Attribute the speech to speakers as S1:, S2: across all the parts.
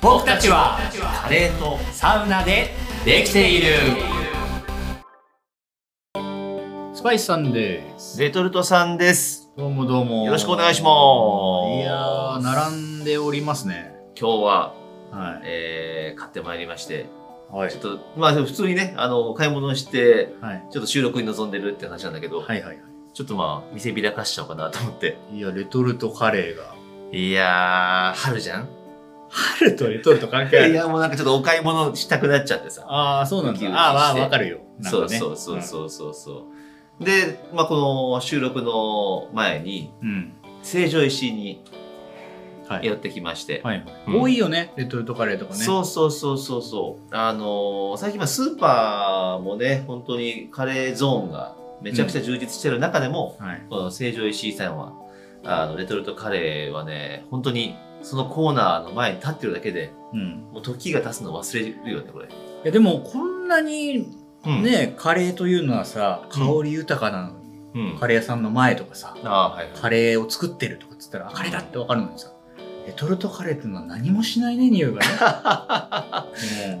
S1: 僕たちはカレーとサウナでできているスパイスさんです
S2: レトルトさんです。
S1: どうもどうも
S2: よろしくお願いします
S1: いやー並んでおりますね
S2: 今日は、
S1: は
S2: えー買ってまいりまして、
S1: いは
S2: ちょっと、まあ普通にね、あの、買い物して、
S1: はい
S2: ちょっと収録に臨んでるって話なんだけど、
S1: はいはいは
S2: ちょっとまあ、見せびらかしちゃおうかなと思って。
S1: いいやレトルトカレーが
S2: いやー、春じゃん
S1: 春とレトルト関
S2: い
S1: 係ある
S2: や、もうなんかちょっとお買い物したくなっちゃってさ。
S1: ああそうなん
S2: ウキ
S1: だ
S2: ウキして
S1: ああわわかるよなん
S2: そ
S1: か
S2: う
S1: ね
S2: そうそうそうそうそう。で、まあこの収録の前に、
S1: うん
S2: 成城石井に
S1: うんはい
S2: 寄ってきまして、
S1: はいはい
S2: うん
S1: 多いよねレトルトカレーとかね
S2: そうそうそうそうそう。あのー最近はスーパーもね、本当にカレーゾーンがめちゃくちゃ充実してる中でも、
S1: はい
S2: この成城石井さんは、あの、レトルトカレーはね、本当にそのコーナーの前に立ってるだけで、
S1: うん
S2: もう時が経つの忘れるよね、これ。
S1: いやでもこんなに
S2: うん、
S1: ねカレーというのはさ香り豊かなのに
S2: うん。
S1: カレー屋さんの前とかさ
S2: あーはいはい。
S1: カレーを作ってるとかっつったらあカレーだってわかるのにさレトルトカレーっていうのは何もしないね匂いがねもう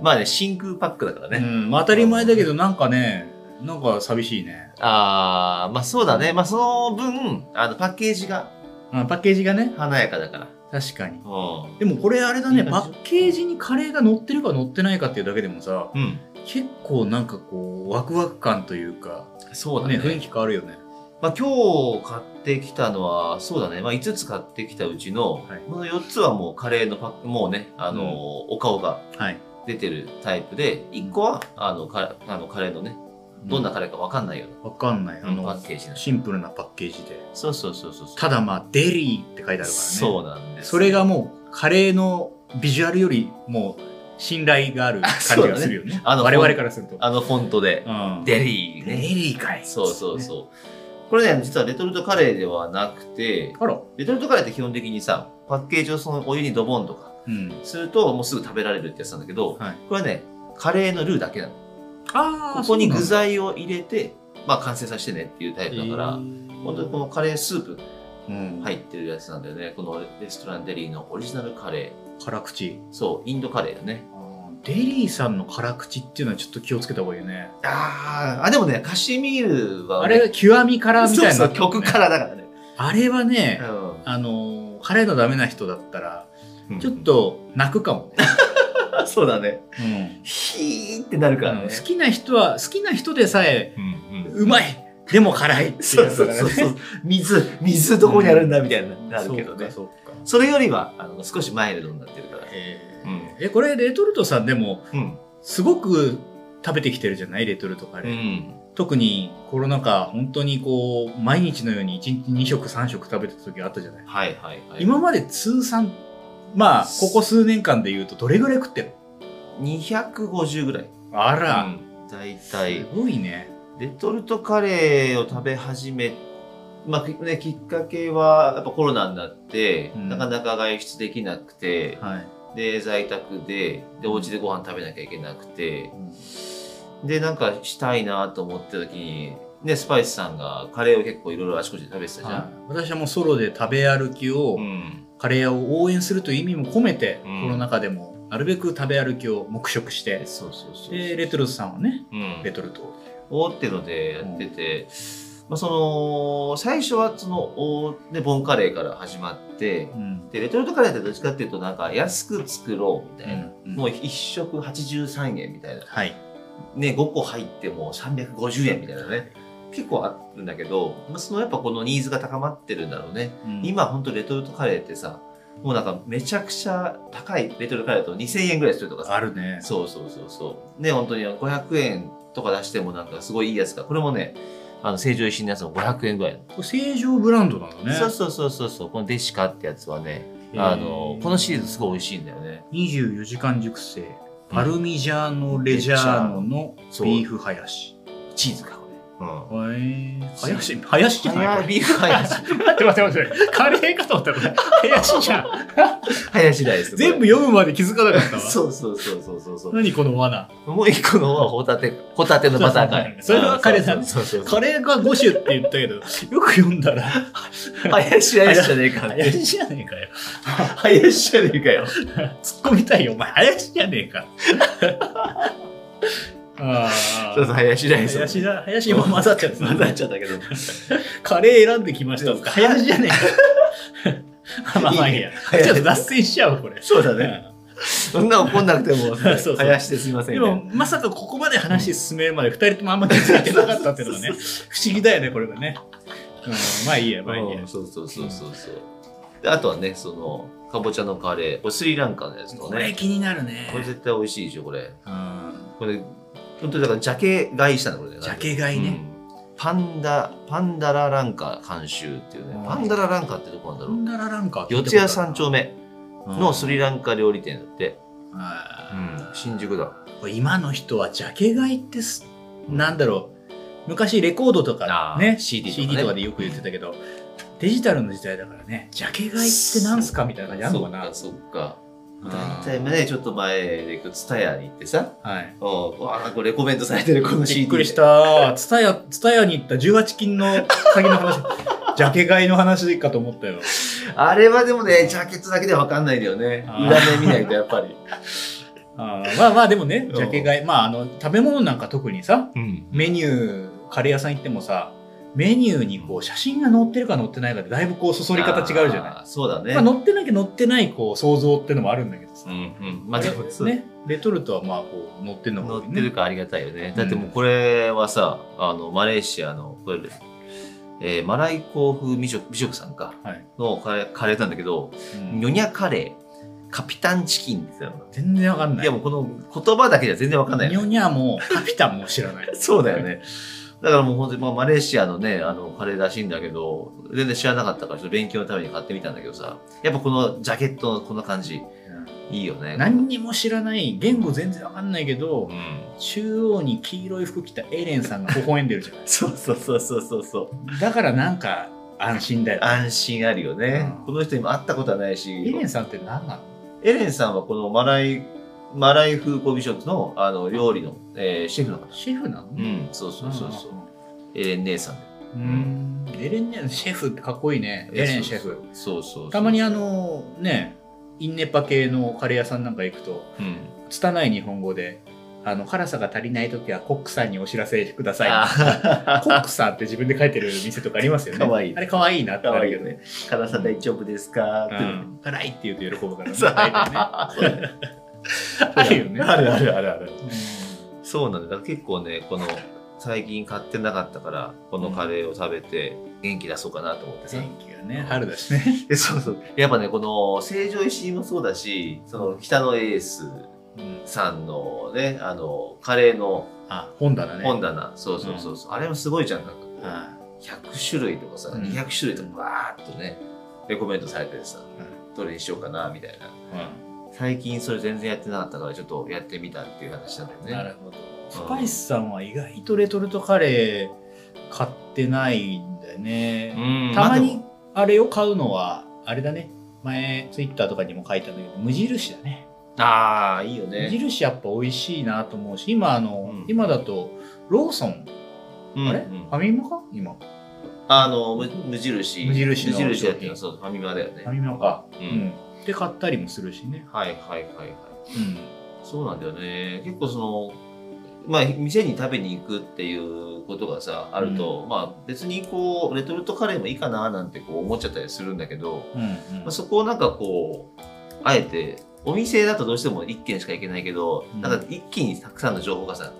S2: まあね、真空パックだからね。
S1: うん、まあ当たり前だけどなんかねなんか寂しいね
S2: ああ、まあそうだね。まあその分、あの、パッケージが
S1: あパッケージがね
S2: 華やかだから。
S1: 確かに
S2: う
S1: でもこれあれだ
S2: い
S1: ね
S2: い感
S1: パ
S2: じ
S1: ッケージにカレーが乗ってるか乗ってないかっていうだけでもさ
S2: ん。うん。
S1: 結構なんかこうワクワク感というか
S2: そうだ
S1: ね
S2: ね。
S1: 雰囲気変わるよね
S2: まあ、今日買ってきたのは、そうだね、まあ、5つ買ってきたうちの、
S1: はい
S2: この4つはもうカレーのパック、もうね、あのー
S1: うん
S2: お顔が
S1: はい
S2: 出てるタイプで、1個はあのカレあのカレーのね、どんなカレーか分かんないよう
S1: わかんないあ
S2: な、パ
S1: の
S2: ッケージの。
S1: シンプルなパッケージで
S2: そうそうそうそうそう。
S1: ただまあデリーって書いてあるからね
S2: そうなんです。
S1: それがもうカレーのビジュアルよりもう信頼がある感じがするよね
S2: あの
S1: 我々からすると、
S2: あのフォントで、
S1: うん、
S2: デリー
S1: デ
S2: ね。
S1: リーかい
S2: そうそうそう。これね、実はレトルトカレーではなくて、
S1: あら、
S2: レトルトカレーって基本的にさ、パッケージをそのお湯にドボンとか
S1: うん、
S2: すると、もうすぐ食べられるってやつなんだけど、
S1: はい
S2: これはね、カレーのルーだけなの。
S1: あ
S2: ここに具材を入れて、まあ完成させてねっていうタイプだから、本当にこのカレースープ
S1: うん
S2: 入ってるやつなんだよね。このレストランデリーのオリジナルカレ
S1: 辛口
S2: ー。そう、インドカレーだね。
S1: デリーさんの辛口っていうのはちょっと気をつけた方がいいよね
S2: あーあ、でもね、カシミールは、
S1: あれが極み辛みたい
S2: そう
S1: な、
S2: そう、曲からだからね。
S1: あれはね、
S2: うん
S1: あのー辛いのダメな人だったら
S2: うん
S1: ちょっ、と泣くかもね、
S2: そうだね。
S1: うん
S2: ヒーってなるからね
S1: 好。きな人は好きな人でさえ
S2: うんうん
S1: うまいでも辛いってい
S2: そう
S1: や
S2: うそ
S1: つ
S2: う
S1: だからね
S2: そうそう。水、水どこにあるんだみたいな、なるけど
S1: そう
S2: ね。
S1: かそうか
S2: それよりは、あの、少しマイルドになってるから。
S1: えー
S2: うん
S1: えこれレトルトさんでも
S2: うん。
S1: すごく食べてきてるじゃないレトルトカレ
S2: う
S1: ー、
S2: ん。
S1: 特にコロナ禍本当にこう毎日のように1日2食3食食べてた時あったじゃない、
S2: はいはいはい。
S1: 今まで通算まあここ数年間で言うとどれぐらい食ってる
S2: 250ぐらい。
S1: あ
S2: う
S1: ら、
S2: ん、大
S1: す
S2: 体。
S1: ごいね
S2: レトルトカレーを食べ始め、まあね、きっかけはやっぱコロナになって、
S1: うん
S2: なかなか外出できなくて、
S1: はい、
S2: で、在宅で、で、お家でご飯食べなきゃいけなくて、
S1: う
S2: で、なんかしたいなと思った時に、ね、スパイスさんがカレーを結構いろいろあちこちで食べてたじ
S1: ん
S2: ゃ
S1: は
S2: ん。
S1: い私はもうソロで食べ歩きを、
S2: うん。
S1: カレー屋を応援するという意味も込めて、
S2: うん
S1: コロナ禍でもなるべく食べ歩きを黙食して
S2: そうそうそう。
S1: でレトルトさんはね
S2: うん
S1: レトルトを
S2: おーってのでやってて、まあ、その最初はそのおー、ね、ボンカレーから始まって
S1: うん
S2: でレトルトカレーってどっちかっていうとなんか安く作ろうみたいな、
S1: うん
S2: もう1食83円みたいな、
S1: はい
S2: ね、5個入っても350円みたいなね結構あるんだけど、まあ、そのやっぱこのニーズが高まってるんだろうね、
S1: 今
S2: 今ほんとレトルトカレーってさもうなんかめちゃくちゃ高いレトルトカレーだと2000円ぐらいするとかさ
S1: あるね
S2: そうそうそうそう。ね、本当に500円とか出してもなんかすごいいいやつが、これもね、あの、成城石井のやつも500円ぐらいの、
S1: これ成城ブランドなんだね
S2: そうそうそうそうそう、このデシカってやつはね、
S1: へー
S2: あの、このシリーズすごい美味しいんだよね。
S1: 24時間熟成パルミジャーノ・レジャーノの
S2: そう
S1: ビーフハヤシ
S2: チーズか、こうん。
S1: はい。林、林じゃないこれ
S2: ビーフ林。
S1: 待って待って待 って。カレーかと思ったらこれ、林じゃん。
S2: 林大です。
S1: 全部読むまで気づかなかったわ。
S2: そうそうそうそうそうそう。
S1: 何この罠。
S2: もう一個のはホタテ、ホタテのバターカレー。
S1: そうそうそうそれはカレーだね
S2: そうそうそ
S1: カ
S2: う。
S1: レーが5種って言ったけど、よく読んだら、
S2: 林林じゃねえか。
S1: 林じゃねえかよ。
S2: 林じゃねえかよ。
S1: 突っ込みたいよ。お前、林じゃねえか。ああ。
S2: そうそう、林林。
S1: 林だ、林も混ざっちゃった。
S2: 混ざっちゃったけど。
S1: カレー選んできましたとか、林じゃねえか。まあまあいいや。
S2: いいね
S1: ちょっと脱線しちゃう、これ。
S2: そうだね。そんな怒んなくても、
S1: そうそう
S2: 林ですみま
S1: うん
S2: せ
S1: で
S2: ん
S1: も、
S2: ね。
S1: まさかここまで話進めるまで、二人ともあんまり気づいてなかったっていうのがね、不思議だよね、これがね。うん、まあいいや、まあいいや
S2: うん。そうそうそうそうそう。であとはね、その、かぼちゃのカレー。これスリランカのやつと
S1: これ
S2: ね。
S1: 気になるね
S2: こ。れ絶対美味しいでしょ、これ。
S1: うん。
S2: これ、本当にだから、ジャケ買いしたの、これね。
S1: ジャケ買いね。
S2: うんパンダ、パンダラランカ監修っていうね
S1: う。ん
S2: パンダラランカってどこなんだ
S1: こ
S2: ろう。
S1: んなラランカ。
S2: 四谷三丁目のスリ
S1: ラ
S2: ランカ料理店だって。
S1: ンカ。
S2: 新宿だ。
S1: これ今の人はジャケ買いってす、なんだろう昔レコードとか
S2: あ
S1: ね
S2: ー CD とかね
S1: CD とかでよく言ってたけどデジタルの時代だからねジャケ買いってなんすかみたいな感じあるのかな
S2: そっかそっ
S1: あ
S2: か。
S1: ー
S2: 大体ね、ちょっと前で、ツタヤに行ってさ、
S1: はい
S2: おうわあ、これレコメントされてる、この CD。
S1: びっくりし。たツタヤツタヤに行った18金の詐欺の話 ジャケ買いの話かと思ったよ
S2: あれはでもね、ジャケットだけでは分かんないんだよね。
S1: あー
S2: 裏面見ないと、やっぱり。
S1: あーまあまあでもね
S2: うん
S1: ジャケ買いまああの食べ物なんか特にさ
S2: うん。
S1: メニューカレー屋さん行ってもさメニューにこう写真が載ってるか載ってないかでだいぶこうそそり方違うじゃない
S2: い。そうだね。
S1: まあ、乗ってなきゃ乗ってないこう想像ってのもあるんだけどさ、
S2: うんうん。まあでも、そう
S1: ね、レトルトはまあこう乗ってるの
S2: 乗
S1: も
S2: っ
S1: 多い
S2: て
S1: ね
S2: るからありがたいよね。だってもうこれはさ、あの、マレーシアの、これ、えーマライコ風美食美食さんか、
S1: はい
S2: のカレーカレーなんだけど、
S1: うん
S2: ニョニャカレー、カピタンチキンって言ってたの
S1: 全然わかんない
S2: いやもうこの言葉だけじゃ全然わかんない
S1: ニ
S2: よ
S1: ョ
S2: ね。
S1: ニャもカピタンも知らない
S2: そうだよね。だからもう本当に、まあ、マレーシアのね、あの、カレーらしいんだけど、全然知らなかったから、ちょっと勉強のために買ってみたんだけどさ、やっぱこのジャケットのこんな感じ、いいよね。
S1: 何にも知らない言語全然わかんないけど
S2: うん。
S1: 中央に黄色い服着たエレンさんが微笑んでるじゃな
S2: そうそうそうそうそうそう。
S1: いだからなんか安心だよ
S2: 安心あるよね、
S1: うん
S2: この人にも会ったことはないし
S1: エレンさんって何なの
S2: エレンさんはこのマライマライ風コ美食のあの料理の、えーシェフの方
S1: シェフなの、
S2: うんそうそうそうそうエレン姉さん
S1: うんエレンねシェフってかっこいいねエレンシェフ
S2: そうそうそう
S1: たまにあ、のねインネパ系のカレー屋さんなんか行くと
S2: うん、
S1: 拙い日本語であの辛さが足りない時はコックさんにお知らせください
S2: あ
S1: コックさんって自分で書いてる店とかありますよね
S2: かわいい
S1: あれかわいいなって
S2: か
S1: な
S2: わ
S1: る
S2: いい
S1: け
S2: よ
S1: ど
S2: ね辛さ大丈夫ですかって、
S1: うん辛いって言うと喜ぶからね
S2: そう
S1: 大体ねあるよね
S2: あるあるあるあるそうなんだだから結構ねこの最近買ってなかったからこのカレーを食べて元気出そうかなと思ってさ、
S1: 天気がね春だしね
S2: えそうそうやっぱねこの成城石井もそうだしその北のエースさんのねあのカレーの
S1: あ本棚ね
S2: 本棚、そうそうそうそうあれもすごいじゃんなんかこう
S1: あ
S2: 100種類とかさ、
S1: うん
S2: 200種類とかバーっとねレコメントされてさ、どれにしようかなみたいな最近それ全然やってなかったからちょっとやってみたっていう話なんだよね
S1: なるほどスパイスさんは意外とレトルトカレー買ってないんだよね
S2: うん
S1: たま
S2: あで
S1: に
S2: も
S1: あれを買うのはあれだね前ツイッターとかにも書いたんだけど無印だね
S2: あーいいよ
S1: 無
S2: ね、
S1: 印やっぱ美味しいなと思うし今あの、
S2: うん
S1: 今だとローソン、
S2: うん
S1: あれ、
S2: うん
S1: ファミマか今フ
S2: あの無無印
S1: 無印の
S2: 無印やってる
S1: 商品
S2: のそうファミマだよね
S1: ァミマかう
S2: う
S1: んん、で買ったりもするしね
S2: はいはいはいは
S1: う
S2: い
S1: ん
S2: そうなんだよね結構そのまあ店に食べに行くっていうことがさあると、まあ別にこうレトルトカレーもいいかななんてこう思っちゃったりするんだけど、
S1: うん
S2: まあ、そこをなんかこうあえてお店だとどうしても1軒しか行けないけど、
S1: うん
S2: なんか一気にたくさんの情報がさ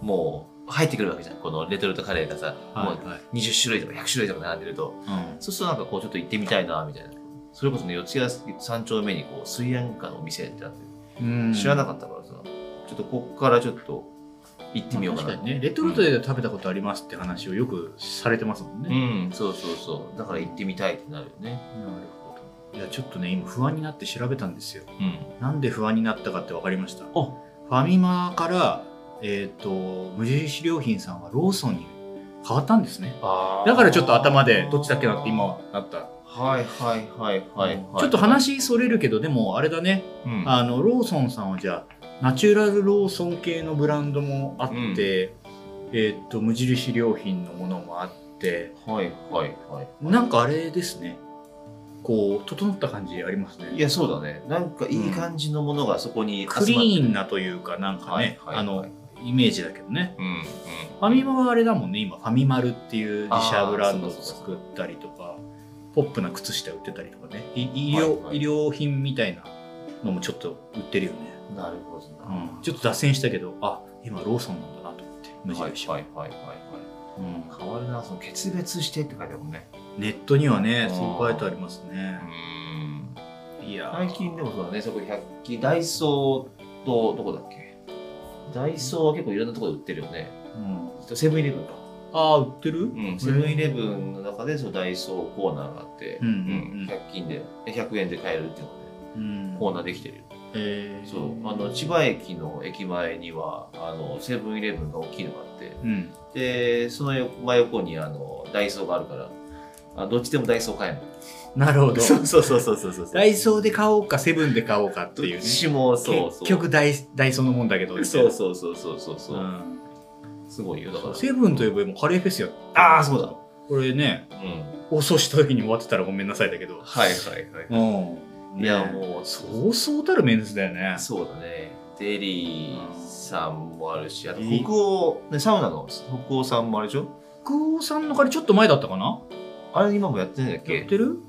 S2: もう入ってくるわけじゃんこのレトルトカレーがさ、
S1: はい
S2: も
S1: はいう
S2: 20種類とか100種類とか並んでるとそうするとなんかこうちょっと行ってみたいなみたいなそれこそね四谷三丁目にこう水安家のお店ってあって
S1: うん、
S2: 知らなか
S1: っ
S2: ったからさ、ちょっとここからちょっと行ってみようかな、
S1: 確かにねレトルトで食べたことありますって話をよくされてますもん
S2: う
S1: ね、
S2: んそうそうそうだから行ってみたいってなるよね
S1: なるほどいやちょっとね今不安になって調べたんですよ
S2: うん
S1: なんで不安になったかって分かりましたファミマから、えー、と無印良品さんはローソンに変わったんですね
S2: あー
S1: だからちょっと頭でどっちだっけなって今はなった、
S2: はいはいはいはい、はい、
S1: ちょっと話それるけどでもあれだね
S2: うん
S1: あのローソンさんはじゃあナチュラルローソン系のブランドもあって、
S2: うん
S1: えーっと無印良品のものもあって
S2: はいはいはい
S1: なんかあれですねこう整った感じありますね
S2: いやそうだねなんかいい感じのものがそこに集まって
S1: クリーンなというかなんかね、
S2: はいはいはい
S1: あのイメージだけどね
S2: うんうん
S1: ファミマはあれだもんね今ファミマルっていう自社ブランドを
S2: あーそうそう
S1: 作ったりとかポップな靴下売ってたりとかねい医療,、
S2: はいはい
S1: 医療品みたいなのもちょっと売ってるよね、
S2: なるほどな、
S1: うん、ちょっと脱線したけどあ今ローソンなんだなと思って無
S2: はい
S1: 印は、
S2: はいはいはいは
S1: うん
S2: い変わるなその決別してって書いてあるもんね
S1: ネットにはね
S2: あー
S1: そう書いてあります
S2: う
S1: ね
S2: ん
S1: いやー
S2: 最近でもそうだねそこ100均ダイソーとどこだっけダイソーは結構いろんなところで売ってるよね
S1: うん、
S2: セブンイレブンか
S1: ああ売ってる、
S2: うんセブンイレブンの中でそのダイソーコーナーがあって、
S1: うんうんうん
S2: 100均でえ100円で買えるっていうので、
S1: うん
S2: コーナーできてるよ
S1: えー
S2: そうあの千葉駅の駅前にはあのセブンイレブンが大きいのがあって
S1: うん
S2: でその横真横にあのダイソーがあるからあどっちでもダイソー買える
S1: なるほど
S2: そうそうそうそうそうそう
S1: ダイソーで買おうかセブンで買おうかって
S2: ど
S1: いう
S2: っ
S1: ね
S2: ちもそうそう
S1: 結局ダイダイソーのもんだけど
S2: そうそうそうそうそうそうう、
S1: ん
S2: すごいよだから
S1: セブンといえばもうカレーフェスやってる
S2: ああそうだ
S1: これね
S2: うん
S1: 放送した時に終わってたらごめんなさいだけ ど
S2: はいはいはい、
S1: うん
S2: いや
S1: ね
S2: もう
S1: そうそうたるメンズだよね
S2: そうだね。デリーさんもあるし、あと北欧、ね、サウナの北欧さんもあれでしょ
S1: 北欧さんのカレーちょっと前だったかな
S2: あれ今もやってないんだっ
S1: や
S2: け
S1: ってる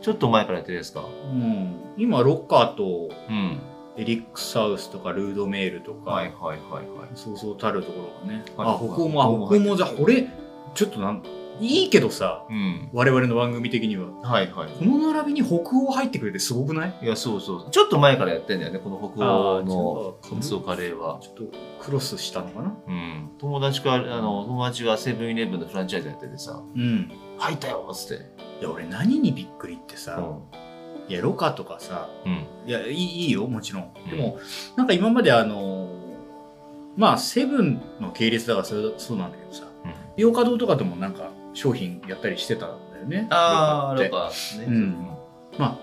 S2: ちょっと前からやってるんですか
S1: うん今ロッカーと
S2: うん。
S1: エリック・サウスとかルードメールとか、
S2: はいはいはいはい。
S1: そうそうたるところがね、
S2: はい
S1: あ北欧もあ
S2: 北欧も
S1: 北欧もじゃあこれちょっとなんいいけどさ
S2: うん。
S1: 我々の番組的には
S2: はいはい。
S1: この並びに北欧入ってくれてすごくない
S2: いや、そうそう。ちょっと前からやってんだよね、この北欧の
S1: あー
S2: 乾燥カレーは。
S1: ちょっとクロスしたのかな
S2: うん。友達から、あの、友達がセブンイレブンのフランチャイズやっててさ、
S1: うん
S2: 入ったよっつって。
S1: いや俺何にびっくりってさ、いやロカとかさ
S2: うん。
S1: いやいいいいよもちろん
S2: う
S1: で
S2: ん
S1: も、なんか今まであのまあセブンの系列だからそれそうなんだけどさ
S2: うん
S1: 洋華堂とかでもなんか商品やったりしてたんだよね
S2: ああ、
S1: ロ
S2: なん
S1: カっ
S2: かね。
S1: うんてまあ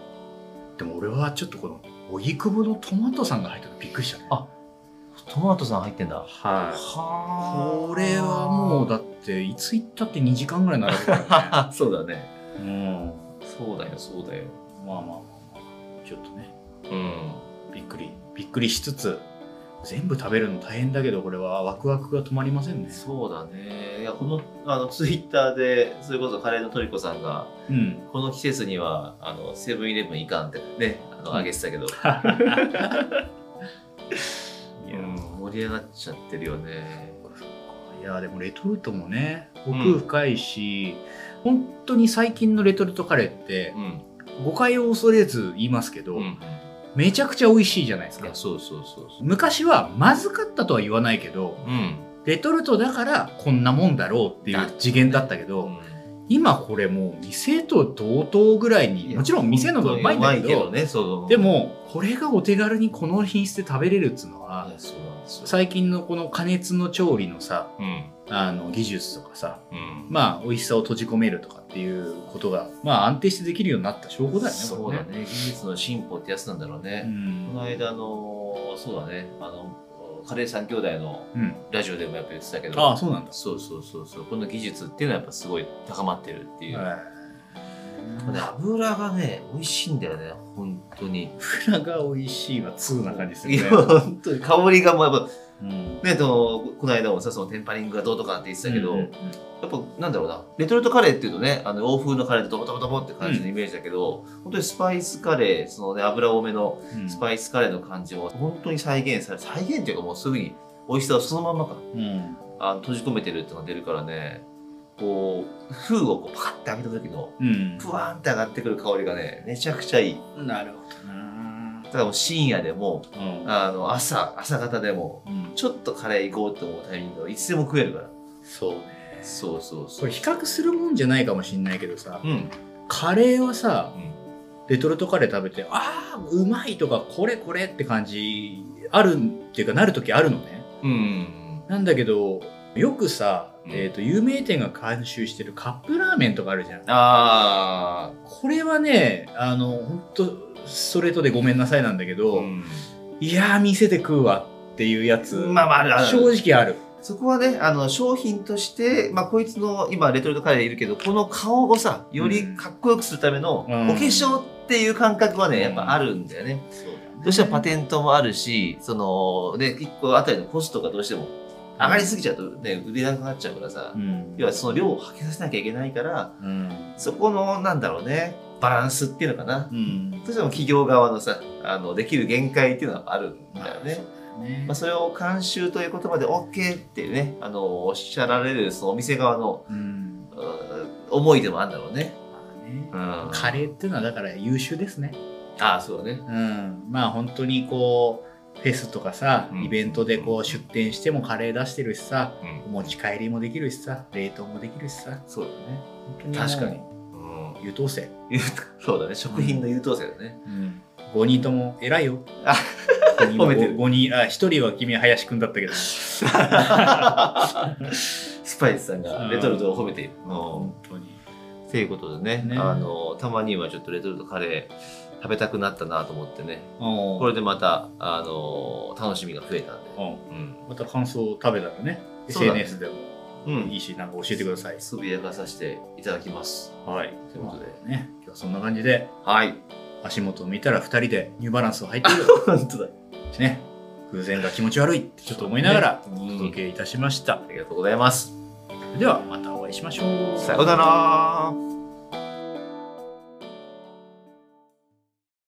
S1: でも俺はちょっとこの荻窪のトマトさんが入ったのびっくりしたね
S2: あトマトさん入ってん
S1: は
S2: だ。
S1: い
S2: は
S1: これはもうだっていつ行ったって2時間ぐらい並ぶからね、
S2: あ そうだね
S1: うん
S2: そうだよそうだよ
S1: まあまあまあまあちょっとね
S2: うん
S1: びっくりびっくりしつつ全部食べるの大変だけどこれはワクワクが止まりませんね
S2: そうだねいやこのあのツイッターでそれこそカレーのトリコさんが
S1: うん
S2: この季節にはあのセブンイレブンいかんってねあの
S1: うん
S2: 上げて たけど、
S1: い
S2: うん盛り上がっちゃってるよね
S1: いやでもレトルトもね奥深いし、本当に最近のレトルトカレーって
S2: うん
S1: 誤解を恐れず言いますけど、
S2: うん
S1: めちゃくちゃ美味しいじゃないです
S2: い
S1: か
S2: やそうそうそうそう
S1: 昔はまずかったとは言わないけど
S2: うん
S1: レトルトだからこんなもんだろうっていう次元だったけど、
S2: うん
S1: 今これもう店と同等ぐらいにもちろん店の方がうまいんだけ
S2: うまいけ
S1: ど
S2: どねそう
S1: でもこれがお手軽にこの品質で食べれるっつうの
S2: あ
S1: は
S2: そうなんですよ
S1: 最近のこの加熱の調理のさ
S2: うん
S1: あの技術とかさ
S2: うん
S1: まあ美味しさを閉じ込めるとかっていうことがまあ安定してできるようになった証拠だよね
S2: そう
S1: これ
S2: だね技術の進歩ってやつなんだろうね、この間あのそうだねあのカレー三兄弟の
S1: うん、うん、
S2: ラジオでもやっぱ言ってたけど
S1: ああそうなんだ
S2: そうそうそうそうこの技術っていうのはやっぱすごい高まってるっていう、これね油がね美味しいんだよね本当に
S1: 油が美味しいは通な感じする
S2: いや
S1: ね、
S2: 本当に香りがもうやっ
S1: うん
S2: ぱねとこの間もさそのテンパリングがどうとかって言ってたけど、
S1: うんうん
S2: やっぱなんだろうなレトルトカレーっていうとねあの欧風のカレーでドボドボドボって感じのイメージだけど、本当にスパイスカレーそのね油多めの
S1: うん
S2: スパイスカレーの感じも本当に再現され再現っていうかもうすぐに美味しさをそのまんまか
S1: うん
S2: あの閉じ込めてるっていうのが出るからねこう封をこうパカッて開けた時の
S1: うん
S2: ふわーんって上がってくる香りがねめちゃくちゃいい
S1: なるほどな
S2: ただもう深夜でも
S1: うん
S2: あの朝朝方でも
S1: うん
S2: ちょっとカレー行こうって思うタイミングがいつでも食えるから
S1: そうね
S2: そうそうそ
S1: こ
S2: う
S1: れ比較するもんじゃないかもしんないけどさ
S2: うんうん
S1: カレーはさレトルトカレー食べてああうまいとかこれこれって感じあるっていうかなる時あるのね
S2: うん
S1: なんだけどよくさ、
S2: うん
S1: えー、と有名店が監修してるカップラーメンとかあるじゃん
S2: あ
S1: これはねあの本当ストレートでごめんなさいなんだけ
S2: あ、
S1: ど、いやー店で食うわっていうやつ、
S2: まあまああるある
S1: 正直ある
S2: そこはねあの商品として、まあ、こいつの今レトルトカレーいるけどこの顔をさよりかっこよくするためのお化
S1: うん
S2: 粧っていう感覚はね、
S1: うん
S2: やっぱあるんだよね。どうしてもパテントもあるしそのね1個あたりのコストがどうしても上がりすぎちゃうとね売れなくなっちゃうからさ、
S1: うん
S2: 要はその量をかけさせなきゃいけないから
S1: うん
S2: そこのなんだろうねバランスっていうのかな。
S1: うん
S2: どうしても企業側のさあのできる限界っていうのはあるんだよね。
S1: ね
S2: まあ、それを監修という言葉で OK っていうねあのおっしゃられるそのお店側の
S1: うん
S2: うん思いでもあるんだろうね。
S1: まあね
S2: うん、
S1: カレーっていうのはだから優秀ですね
S2: ああそうね。
S1: うん、まあ本当にこうフェスとかさ
S2: うん
S1: イベントでこう出店してもカレー出してるしさ
S2: う
S1: お
S2: ん、
S1: 持ち帰りもできるしさ冷凍もできるしさ
S2: そうだね。
S1: 本当にもう
S2: 確かに。うん
S1: 優等生、
S2: 優等そうだね食品の優等生だね。
S1: うん、5人とも偉いよ
S2: あ
S1: 5人
S2: 褒めてる
S1: 5人あ1人は君は林くんだったけど
S2: スパイスさんがレトルトを褒めている。うん
S1: 本当に
S2: ということでね
S1: ね
S2: あのたまにはちょっとレトルトカレー食べたくなったなと思ってねこ
S1: こ
S2: れでまたあの楽しみが増えたんで。うん
S1: また感想を食べたらね
S2: そうだね
S1: SNS でも
S2: うん
S1: いいしなんか教えてください
S2: つぶやかさせていただきます。
S1: はい
S2: ということで。
S1: ね今日はそんな感じで
S2: はい。
S1: 足元を見たら2人でニューバランスを履いてい る
S2: 本当だ。
S1: ね、偶然が気持ち悪いってちょっと思いながら
S2: うん
S1: お届けいたしました。
S2: ありがとうございます。
S1: ではまたお会いしましょう。
S2: さようなら。